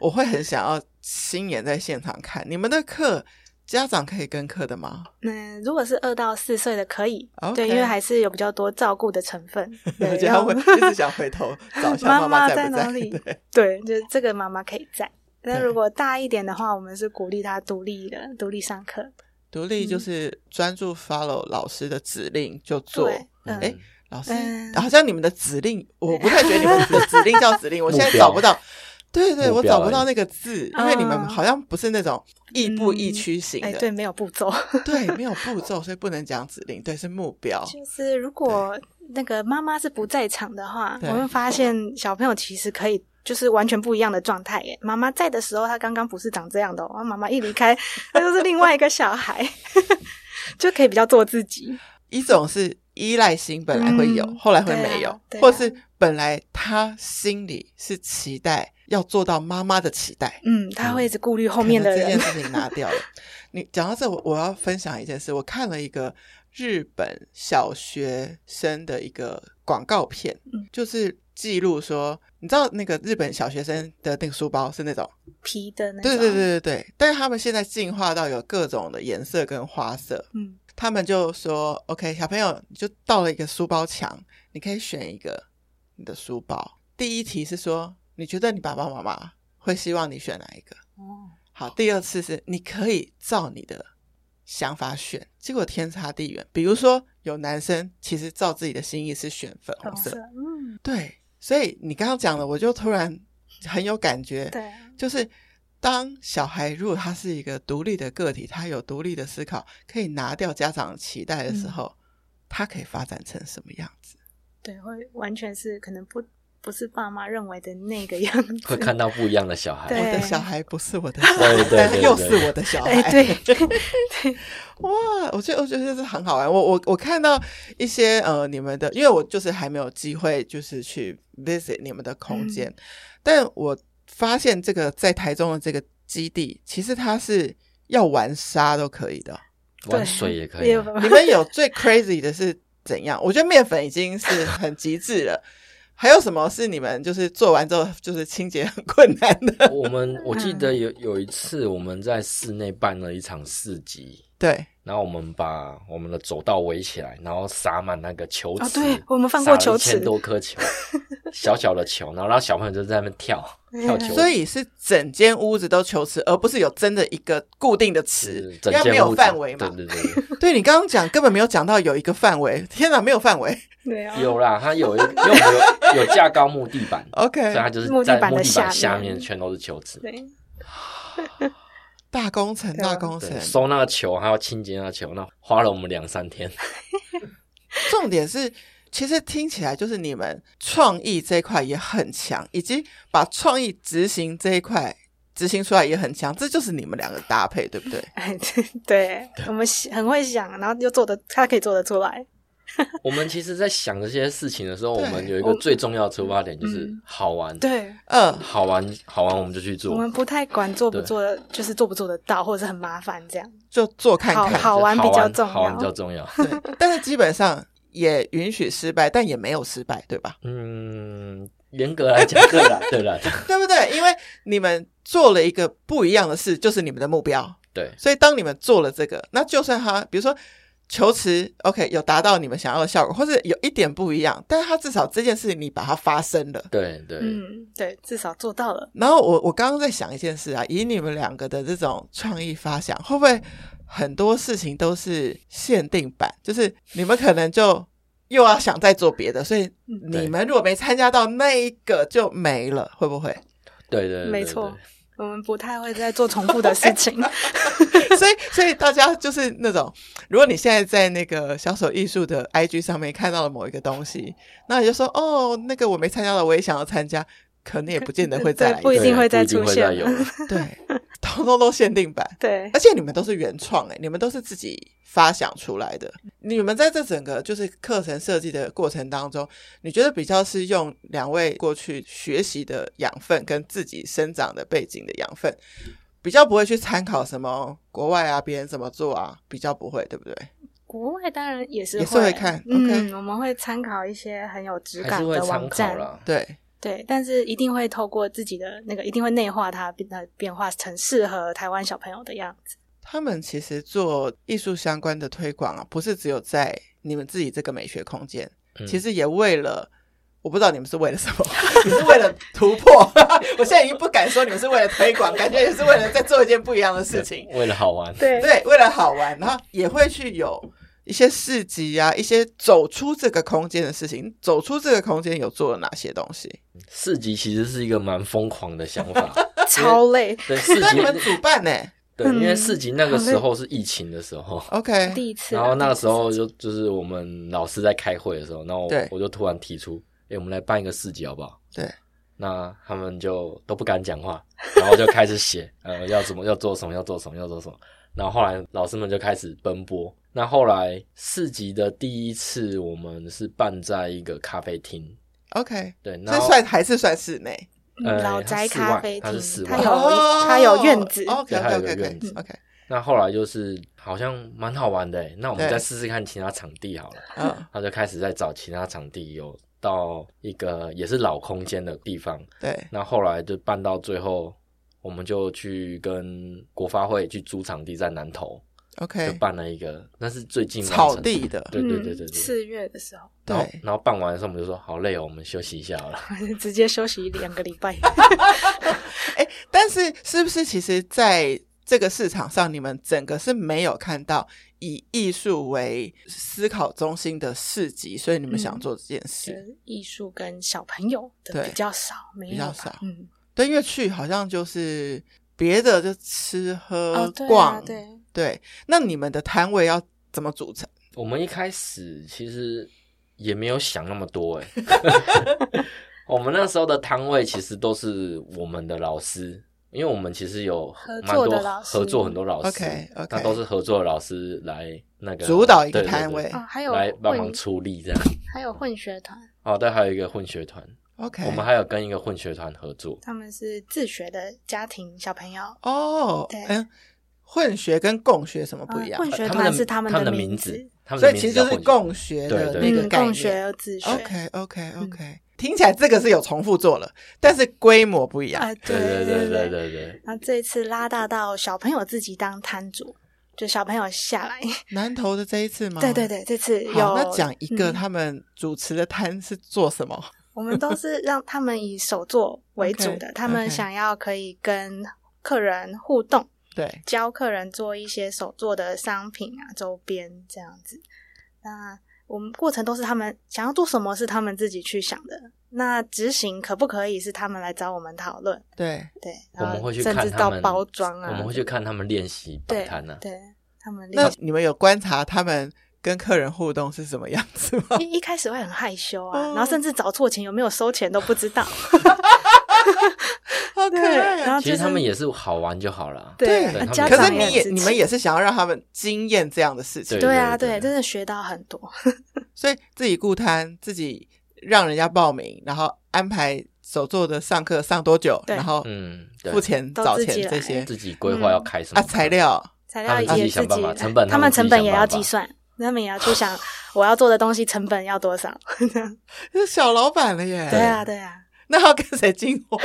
我会很想要亲眼在现场看你们的课。家长可以跟课的吗？那如果是二到四岁的可以 OK，对，因为还是有比较多照顾的成分 我对，就然要后 回，一直想回头找一下妈妈在在不哪里 对，对，就是这个妈妈可以在。但对如果大一点的话，我们是鼓励她独立的，独立上课。独嗯立就是专注 follow 老师的指令就做。对，嗯，哎老师、嗯好像你们的指令，我不太觉得你们的指令叫指令，我现在找不到。对对，目我标找不而已到那个字，因为你们嗯好像不是那种亦步亦嗯趋型哎，的，对，没有步骤。对，没有步骤，所以不能讲指令，对，是目标。就是如果那个妈妈是不在场的话，对我们发现小朋友其实可以。就是完全不一样的状态耶！妈妈在的时候，他刚刚不是长这样的哦，然后妈妈一离开，他就是另外一个小孩， 就可以比较做自己。一种是依赖心本来会有，嗯后来会没有，对啊对啊或是本来他心里是期待要做到妈妈的期待，嗯，他会一直顾虑后面的嗯可能这人。件事情拿掉了。 你讲到这，我我要分享一件事，我看了一个日本小学生的一个广告片，嗯就是记录说，你知道那个日本小学生的那个书包是那种皮的那种。对对对对对，但是他们现在进化到有各种的颜色跟花色，嗯，他们就说 OK，小朋友你就到了一个书包墙，你可以选一个你的书包。第一题是说，你觉得你爸爸妈妈会希望你选哪一个？哦，好，第二次是你可以照你的想法选，结果天差地远。比如说有男生其实照自己的心意是选粉红红色色，，嗯，对，所以你刚刚讲的，我就突然很有感觉，对，啊就是当小孩如果他是一个独立的个体，他有独立的思考，可以拿掉家长的期待嗯的时候，他可以发展成什么样子？对，会完全是可能不不是爸妈认为的那个样子。会看到不一样的小我孩对，的小孩不是我的小孩对对，对但是 又对是我的小孩 哎，。对，哇，我觉得我觉得这是很好玩。我我我看到一些呃你们的，因为我就是还没有机会就是去 visit 你们的嗯空间，但我发现这个在台中的这个基地，其实它是要玩沙都可以的。玩水也可以也啊，你们有最 crazy 的是怎样？我觉得面粉已经是很极致了。还有什么是你们就是做完之后就是清洁很困难 的？我们我记嗯得有有一次我们在室内办了一场市集，对，然后我们把我们的走道围起来，然后撒满那个球池，哦对我们放过球池撒了1000多 颗球，小小的球，然后让小朋友就在那边跳跳球，所以是整间屋子都求池，而不是有真的一个固定的池是，因整为间没有屋子范围嘛。对对对，对你刚刚讲根本没有讲到有一个范围，天哪，没有范围。对 啊，有啦，它有一个因为我们有有架高木地 板，所以 OK，它就是啊木地在板木的地板下下面面全都是球池，对，大工程，对啊大工程对，。收那个球还要清洁那个球，那花了我们两三天， 重点是，其实听起来就是你们创意这一块也很强，以及把创意执行这一块执行出来也很强，这就是你们两个搭配，对不对？ 哎，对，我们喜很会想，然后又做的，他可以做得出来，我们其实，在想这些事情的时候，我对们有一我个最重要的出发点就是嗯好玩，对，嗯，好玩，好玩，我们就去我做们。不太管做不对做的，就是做不做得到，或者是很麻烦这样。就做看好看。好玩比较重要好玩比较重要。对，但是基本上也允许失败，但也没有失败，对 吧？嗯，严格来讲，对啦，对啦，对不对？因为你们做了一个不一样的事，就是你们的目标。对，所以当你们做了这个，那就算他比如说求职，OK，有达到你们想要的效果，或者有一点不一样，但是他至少这件事情你把它发生了。对对，嗯，对，至少做到了。然后我我刚刚在想一件事啊，以你们两个的这种创意发想，会不会很多事情都是限定版？就是你们可能就又要想再做别的，所以你们如果没参加到那一个就没了，会不会？ 对对对，对没错，我们不太会再做重复的事 情。所以所以大家就是那种，如果你现在在那个小手艺术的 IG 上面看到了某一个东西，那你就说哦，那个我没参加的，我也想要参加，可能也不见得会再来一不一个，定会再对不出一定会现再有了。对，通通都限定版。对，而且你们都是原创哎、你们都是自己发想出来的。你们在这整个就是课程设计的过程当中，你觉得比较是用两位过去学习的养分跟自己生长的背景的养分，比较不会去参考什么国外啊，别人怎么做啊，比较不会，对不对？国外当然也是也会是会看嗯 OK，我们会参考一些很有质还感是会的网参考站，啦。对，对，但是一定会透过自己的那个，一定会内化它，变它变化成适合台湾小朋友的样子。他们其实做艺术相关的推广啊，不是只有在你们自己这个美学空间，嗯其实也为了。我不知道你们是为了什 么，你是为了突破。 我现在已经不敢说你们是为了推广，感觉也是为了在做一件不一样的事情。为了好玩，对对，为了好玩，然后也会去有一些市集啊，一些走出这个空间的事情。走出这个空间有做了哪些东西？市集其实是一个蛮疯狂的想 法。超累。对，市那集你们主办呢、对，因为嗯市集那个时候是疫情的时候， o k 第一次，然后那个时候就就是我们老师在开会的时候，然后对我就突然提出，哎、我们来办一个市集好不好？对，那他们就都不敢讲话，然后就开始写，呃，要怎么要做什么，要做什么，要做什么。然后后来老师们就开始奔波。那后来市集的第一次，我们是办在一个咖啡厅， OK，对，那这算还是算室内嗯呃老宅咖啡它厅是室，外它它是室有外哦一它有院子， OK 对它 OK 有个 OK 院 OK 子嗯 OK，那后来就是好像蛮好玩的欸，那我们对再试试看其他场地好了。嗯，他就开始在找其他场地，有到一个也是老空间的地方。对，那后来就办到最后，我们就去跟国发会去租场地，在南投就 OK，办了一个，那是最近完成草的地的，对对对嗯对对。四月的时候，然后对，然后办完的时候，我们就说好累哦，我们休息一下好了。直接休息两个礼拜。哎但是是不是其实在这个市场上，你们整个是没有看到以艺术为思考中心的市集，所以你们嗯想做这件事？ 就是艺术跟小朋友的对比较少，没有比较吧少嗯，对，因为去好像就是别的就吃喝哦，对呃逛，啊，对，对那你们的摊位要怎么组成？我们一开始其实也没有想那么多 哎，我们那时候的摊位其实都是我们的老师，因为我们其实有合蛮作的多老师合作很多老师 OK，OK 那都是合作的老师来那个主导一个对对对摊位哦，还有来帮忙混出力这样。还有混血团，哦，对，还有一个混血团， OK，我们还有跟一个混血团合作，他们是自学的家庭小朋友，哦对，嗯，混学跟共学什么不一嗯样？混呃血他们团的是他们们的名字，，他们所的以名其字实就叫是混血共学对的对那个嗯，概念。共学而自学， OK OK OK，听起来这个是有重复做了，但是规模不一样。啊，对对对对对对。对对，然后这一次拉大到小朋友自己当摊主，就小朋友下来，南投的这一次吗？对对。对，这次有好，那讲一个嗯他们主持的摊是做什么？我们都是让他们以手作为主 OK，OK 的，他们想要可以跟客人互动，对，教客人做一些手做的商品啊、周边这样子。那我们过程都是他们想要做什么是他们自己去想的，那执行可不可以是他们来找我们讨论？对，对，我然们后会去甚看至他到们包装啊，我们会去看他们练习摆对摊啊，对他们那练习你们有观察他们跟客人互动是什么样子吗？ 一一开始会很害羞啊，哦然后甚至找错钱有没有收钱都不知 道，好可对，爱然啊！后其就实是他们也是好玩就好了。对对他啊们家可是长你很也支你持们也是想要让他们经验这样的事情对，对啊，对对，真的学到很多。所以自己顾摊，自己让人家报名，然后安排手做的上课上多久，对然后嗯，对付，钱、都找自己钱这来些自己规划要开什么啊，课材料材他料们也自己自己想办法来成本他他们们自己成本也想办要法计算，他们也要去想我要做的东西成本要多少。是小老板了耶。对啊，对啊，那要跟谁进货？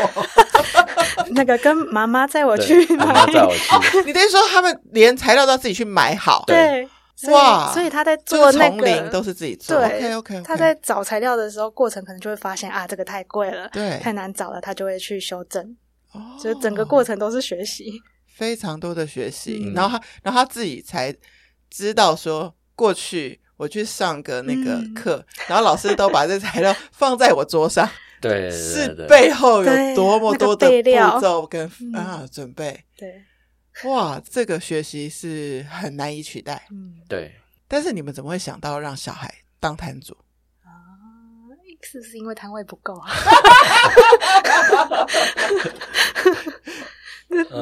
那个跟妈妈载我对去妈买妈，载我去，你等于说他们连材料都要自己去买好，对，所以哇所以他在做就是那从零都个，是自己做。对 OK OK，他在找材料的时候，过程可能就会发现啊，这个太贵了，对太难找了，他就会去修正，就是整个过程都是学习。哦非常多的学习，嗯然后他，然后他自己才知道说，过去我去上个那个嗯课，然后老师都把这材料放在我桌上，对对是对对，背后有对多么多的那个备料步骤跟嗯啊准备，对，哇，这个学习是很难以取代。嗯对，但是你们怎么会想到让小孩当摊主？啊，是不是因为摊位不够啊？嗯哎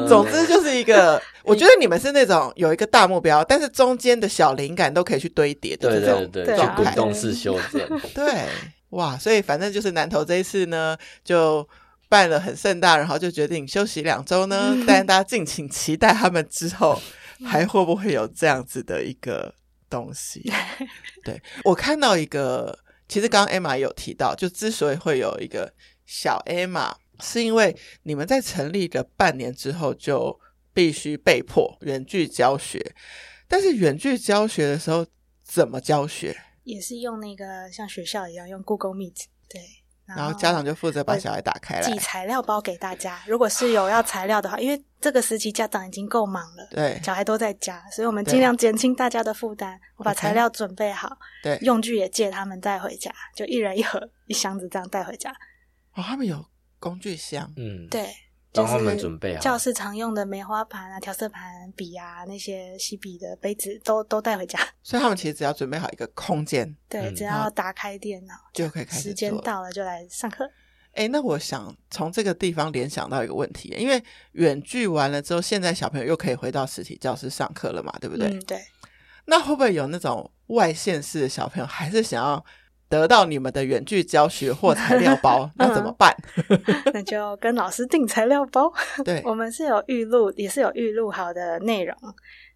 总之就是一 个，我觉得你们是那种有一个大目标，但是中间的小灵感都可以去堆叠的对这种对对对去啊滚动式修正，对，哇，所以反正就是南投这一次呢，就办了很盛大，然后就决定休息两周呢。但大家敬请期待他们之后还会不会有这样子的一个东西。对我看到一个，其实刚刚 Emma 也有提到，就之所以会有一个小 Emma，是因为你们在成立了半年之后就必须被迫远距教学，但是远距教学的时候怎么教学？也是用那个像学校一样用 Google Meet，对，然然后家长就负责把小孩打开来寄，材料包给大家。如果是有要材料的话，因为这个时期家长已经够忙了，对小孩都在家，所以我们对啊尽量减轻大家的负担。我把 OK 材料准备好，对，用具也借他们带回家，就一人一盒一箱子这样带回家。哦，他们有工具箱，嗯，对，就让是他们准备好教室常用的梅花盘啊、调色盘、笔啊、那些吸笔的杯子都都带回家。所以他们其实只要准备好一个空间对，嗯只好要打开电脑，就可以开始时间做了。到了就来上课。哎，那我想从这个地方联想到一个问题，因为远距完了之后，现在小朋友又可以回到实体教室上课了嘛，对不对？嗯，对。那会不会有那种外县市的小朋友还是想要得到你们的远距教学或材料 包？那怎么办？那就跟老师订材料包。对，嗯 我们是有预录，也是有预录好的内容，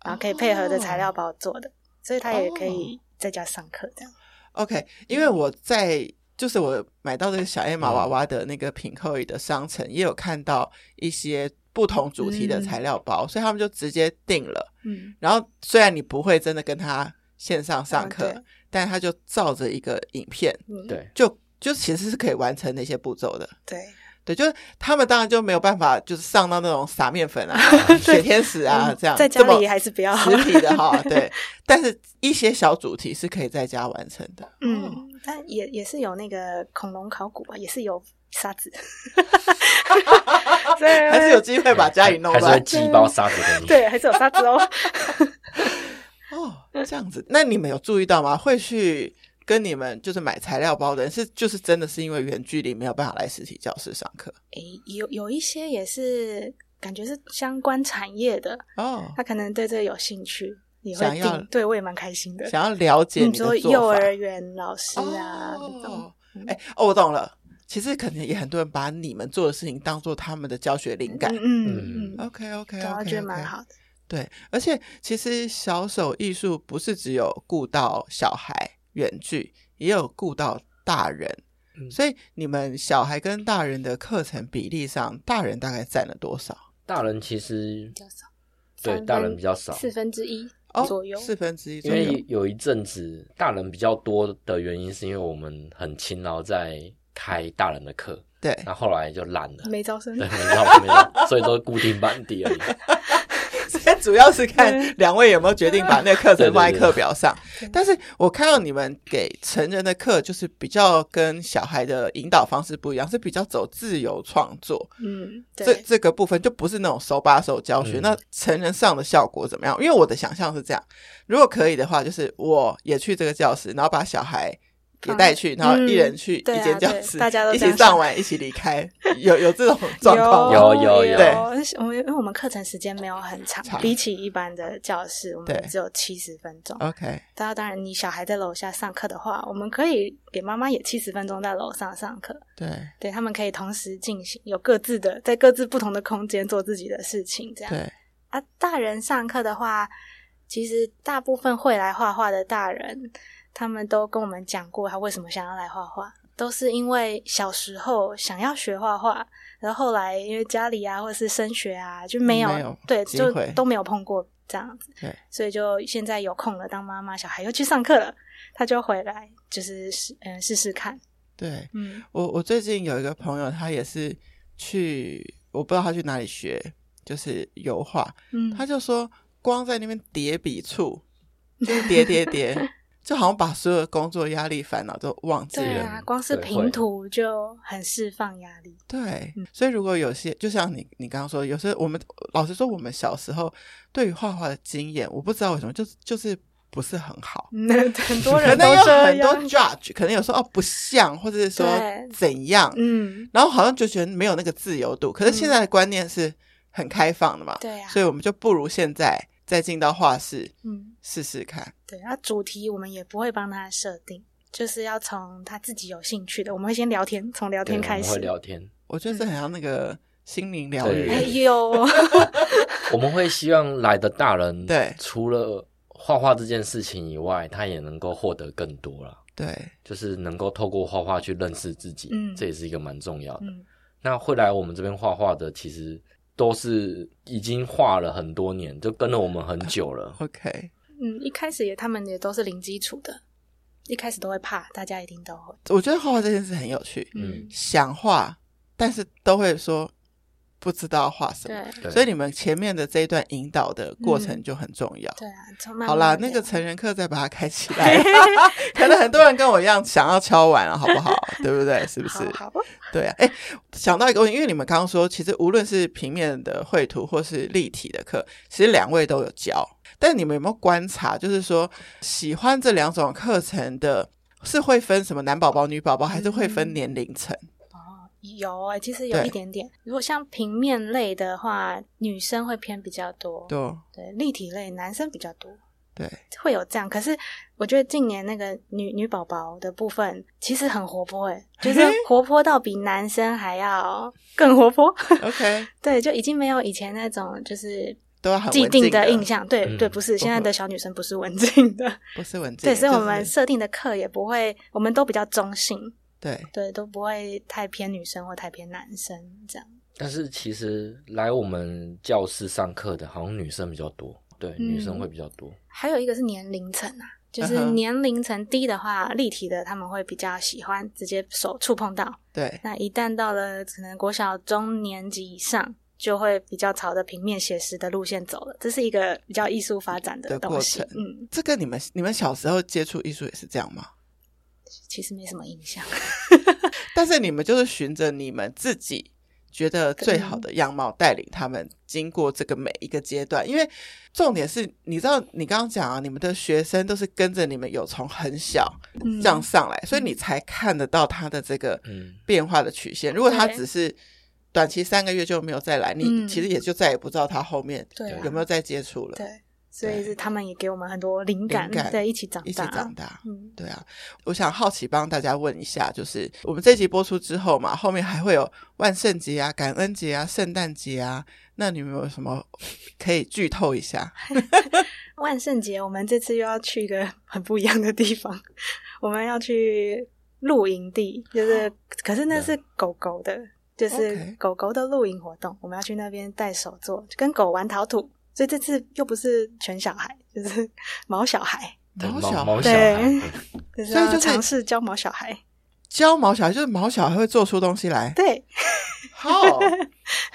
然后可以配合着材料包做的，所以他也可以在家上课这样。 OK，因嗯为我在就是我买到这个小艾玛娃娃的那个品扣里的商城，也有看到一些不同主题的材料包，所以他们就直接定了。嗯，然后虽然你不会真的跟他线上上课，嗯对但他就照着一个影片，嗯对就就其实是可以完成那些步骤的。对，对，就是他们当然就没有办法，就是上到那种撒面粉 啊、雪天使啊嗯这样，在家这么里还是不要实体的哈。 对，但是一些小主题是可以在家完成的。嗯，但也也是有那个恐龙考古啊，也是有沙 子，所 以还是有机会把家里弄还是会乱寄一包沙子给你，对，还是有沙子 哦。哦，这样子。那你们有注意到吗？会去跟你们就是买材料包的人，是就是真的是因为远距离没有办法来实体教室上课诶，有有一些也是感觉是相关产业的，哦，他可能对这个有兴趣，也想会要订。对我也蛮开心的。想要了解你你的说做法。幼儿园老师啊那种哦，，哎、哦，我懂了。其实可能也很多人把你们做的事情当做他们的教学灵感。嗯嗯嗯， OK OK 然后 OK，觉得蛮好的。对，而且其实小手艺术不是只有顾到小孩远距，也有顾到大人。嗯所以你们小孩跟大人的课程比例上，大人大概占了多少？大人其实较少，对三大分人比较少，四分之一哦左右。四分之一因左右为。有一阵子大人比较多的原因，是因为我们很勤劳在开大人的课，对，啊那后来就懒了，没招生对，，没到没有，所以都固定班 底而已。 现在主要是看两位有没有决定把那个课程放在对对对课表上嗯对。但是我看到你们给成人的课，就是比较跟小孩的引导方式不一样，是比较走自由创作。嗯，这对，这个部分就不是那种手把手教学。嗯那成人上的效果怎么样？因为我的想象是这样，如果可以的话，就是我也去这个教室，然后把小孩也带去，然后一人去一对啊间教室，对大家都一这起样上想完，一起离开，有有 这种状况吗？有对我们因为我们课程时间没有很长，长比起一般的教室，我对们只有七十分钟。 OK，当然，当然，你小孩在楼下上课的话，我们可以给妈妈也七十分钟在楼上上课，对，对他们可以同时进行，有各自的在各自不同的空间做自己的事情，这样。对，啊，大人上课的话，其实大部分会来画画的大人，他们都跟我们讲过他为什么想要来画画，都是因为小时候想要学画画，然后后来因为家里啊或者是升学啊就没有没有对，机就会都没有碰过这样子，对，所以就现在有空了，当妈妈，小孩又去上课了，他就回来就是试嗯试试看，对嗯我我最近有一个朋友，他也是去，我不知道他去哪里学，就是油画，嗯，他就说光在那边叠笔 触，就是叠叠叠，就好像把所有的工作压力、烦恼都忘记对了。啊，光是对平会图就很释放压力，对，嗯所以如果有些，就像你你刚刚说，有些我们老实说，我们小时候对于画画的经验，我不知道为什么，就是就是不是很好。嗯很多可人能都有这很多样。 judge，可能有说哦不像，或者是说对怎样，嗯，然后好像就觉得没有那个自由度。可是现在的观念是很开放的嘛，对啊，所以我们就不如现在再进到画室嗯，试试看。对，那主题我们也不会帮他设定，就是要从他自己有兴趣的，我们会先聊天，从聊对，天我开们会始。聊天，我觉得这很像那个心灵疗嗯对哎愈，呦， 我们会希望来的大人，对除了画画这件事情以外，他也能够获得更多啦，对就是能够透过画画去认识自己，嗯这也是一个蛮重要的。嗯，那会来我们这边画画的，其实都是已经画了很多年，就跟了我们很久了。 ，OK。嗯，一开始也他们也都是零基础的，一开始都会怕，大家一定都会。我觉得画画这件事很有趣，嗯嗯，想画，但是都会说不知道画什么。对对所以你们前面的这一段引导的过程嗯就很重要。对啊，从慢慢好啦，地那聊个成人课再把它开起 来，可能很多人跟我一样想要敲完了，好不好？对不对？是不是？好哦好对啊，哎，想到一个问题，因为你们刚刚说，其实无论是平面的绘图或是立体的课，其实两位都有教。但你们有没有观察，就是说喜欢这两种课程的，是会分什么男宝宝、女宝宝，还是会嗯分年龄层？有哎、其实有对一点点。如果像平面类的话，女生会偏比较多，对对，立体类男生比较多。对会有这样，可是我觉得近年那个女女宝宝的部分其实很活泼，诶，就是嗯活泼到比男生还要更活泼。 ，OK，对，就已经没有以前那种就是都要很既文静定的的印，象。对、嗯对，不是不现在会的小女生不是文静的，不是文静对，的，所以就我们是设定的课也不会，我们都比较中性，对对，都不会太偏女生或太偏男生这样。但是其实来我们教室上课的，好像女生比较多，对，嗯女生会比较多。还有一个是年龄层啊，就是嗯哼年龄层低的话，立体的他们会比较喜欢直接手触碰到。对那一旦到了可能国小中年级以上，就会比较朝着平面写实的路线走了。这是一个比较艺术发展的的过东西程。嗯，这个你们你们小时候接触艺术也是这样吗？其实没什么印 象。但是你们就是循着你们自己觉得最好的样貌，带领他们经过这个每一个阶段。因为重点是，你知道，你刚刚讲啊，你们的学生都是跟着你们有从很小嗯这样上来，所以你才看得到他的这个嗯变化的曲线。如果他对只是短期三个月就没有再来，你嗯其实也就再也不知道他后面对啊有没有再接触了，对，所以是他们也给我们很多灵感，灵感对，一起长大，一起长大。嗯，对啊，我想好奇帮大家问一下，就是我们这集播出之后嘛，后面还会有万圣节啊、感恩节啊、圣诞节啊，那你们有什么可以剧透一下？万圣节我们这次又要去一个 很不一样的地方，我们要去露营地，哦就是可是那是狗狗的，就是 OK 狗狗的露营活动，我们要去那边带手做，跟狗玩陶土，所以这次又不是全小孩，就是 毛小孩，对毛毛小毛孩小孩，就是所以要就是尝试教毛小孩，教毛小孩，就是毛小孩会做出东西来，对，好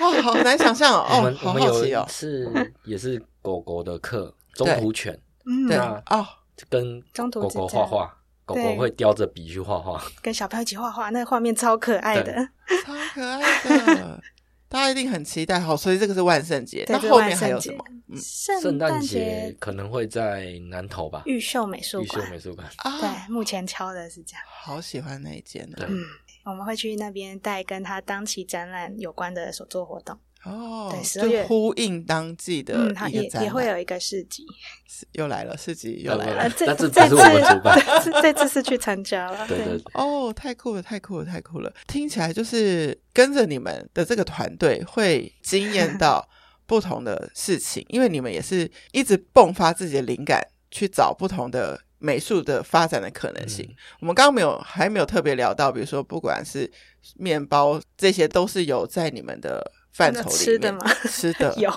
哇，好难想象 我哦，们哦我好们好有奇一哦，次也是狗狗的课，中途犬嗯对，那哦，跟中途狗之狗战画画，狗狗啊对会叼着笔去画画，跟小朋友一起画画，那个画面超可爱的对，超可爱的，大家一定很期待。好，所以这个是万圣节，对那这是后面万圣还有节什么？嗯圣圣诞诞节节可能会在南投吧，玉秀美术玉秀馆，美术馆。啊，对，目前敲的是这样。好喜欢那一间啊呢对。嗯，我们会去那边带跟他当期展览有关的手作活动，哦对，12就月呼应当季的嗯，他呃一也个展也会览，有一个市集，又来了，市集又来对了。呃，这但是这但次是我们主办这次 这次是去参加了，对对，对哦，太酷了，太酷了，太酷了！听起来就是跟着你们的这个团队会惊艳到不同的事情，因为你们也是一直迸发自己的灵感，去找不同的美术的发展的可能性。我们刚刚没有还没有特别聊到，比如说不管是面包这些，都是有在你们的范畴里面吃的吗吃的 有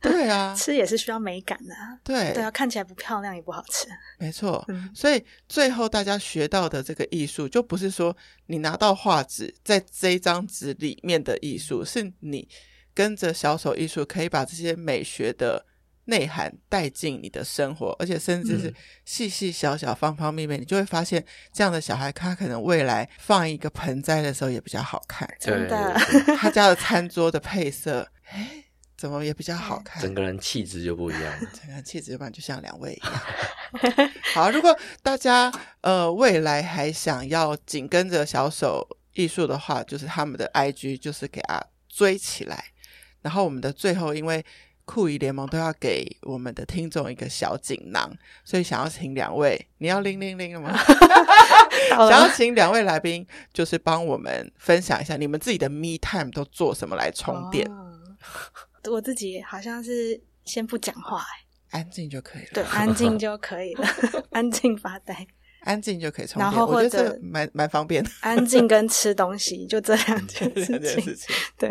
对啊，吃也是需要美感的啊、对 对啊，看起来不漂亮也不好吃，没错。嗯，所以最后大家学到的这个艺术，就不是说你拿到画纸在这一张纸里面的艺术，是你跟着小手艺术可以把这些美学的内涵带进你的生活，而且甚至是嗯细细小小、方方面面，你就会发现这样的小孩，他可能未来放一个盆栽的时候也比较好看，真的对对对他家的餐桌的配色，哎，怎么也比较好看，整个人气质就不一 样了。整个气质，要不然就像两位一样。好，如果大家呃未来还想要紧跟着小手艺术的话，就是他们的 IG 就是给他追起来。然后我们的最后，因为酷娱联盟都要给我们的听众一个小锦囊，所以想要请两位，你要铃铃铃了吗？ 好啊想要了，请两位来宾，就是帮我们分享一下你们自己的 me time 都做什么来充电，哦我自己好像是先不讲话、欸安静就可以了。对，安静就可以了，安静发呆，安静就可以充然电，后我觉得或者这蛮蛮方便的。安静跟吃东西就这两件 这事件情事。情。对，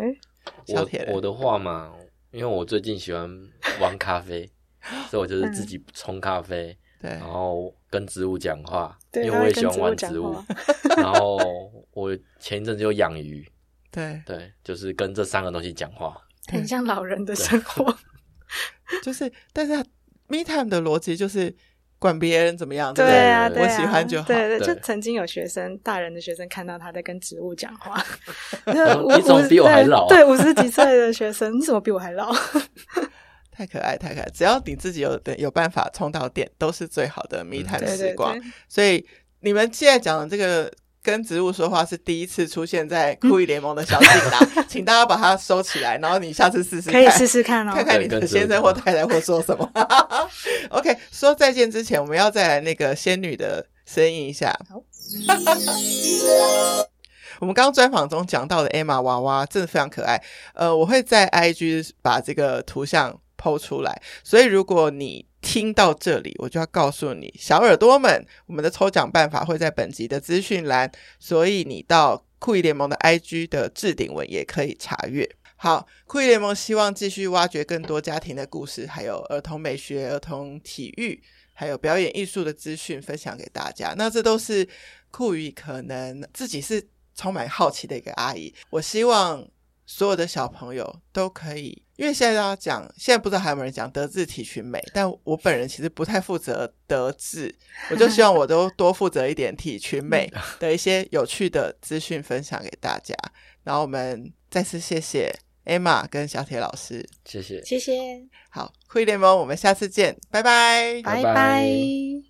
小我铁人我的话嘛，因为我最近喜欢玩咖 啡，所以我就是自己冲咖啡，对然，后跟植物讲话，因嗯对为他我会也跟喜欢植物玩讲植话。物 然后我前一阵子有养鱼，对，对，就是跟这三个东西讲话。很像老人的生活。就是，但是 me time 的逻辑就是管别人怎么样，不对啊，对对啊我喜欢就好对对，对就曾经有学生，大人的学生看到他在跟植物讲话，然后五你怎么五比我还老啊对，五十几岁的学生，你怎么比我还老？太可爱，太可爱。只要你自己有的有办法充到电，都是最好的 me 嗯 time 对时对光。对，所以你们现在讲的这个跟植物说话是第一次出现在嗯酷艺联盟的小锦囊， 请大家把它收起来，然后你下次试试可以试试看哦。看看你的先生或太太会说什么。OK，说再见之前，我们要再来那个仙女的声音一下好。我们刚刚专访中讲到的 Emma 娃娃真的非常可爱，呃，我会在 IG 把这个图像剖出来，所以如果你听到这里，我就要告诉你，小耳朵们，我们的抽奖办法会在本集的资讯栏，所以你到酷艺联盟的 IG 的置顶文也可以查阅。好，酷艺联盟希望继续挖掘更多家庭的故事，还有儿童美学、儿童体育，还有表演艺术的资讯分享给大家。那这都是酷鱼可能自己是充满好奇的一个阿姨。我希望所有的小朋友都可以，因为现在大家讲，现在不知道还有没有人讲德智体群美，但我本人其实不太负责德智，我就希望我都多负责一点体群美的一些有趣的资讯分享给大家。然后我们再次谢谢 Emma 跟小铁老师。谢谢。谢谢，好，酷艺联盟，我们下次见，拜拜。拜拜拜拜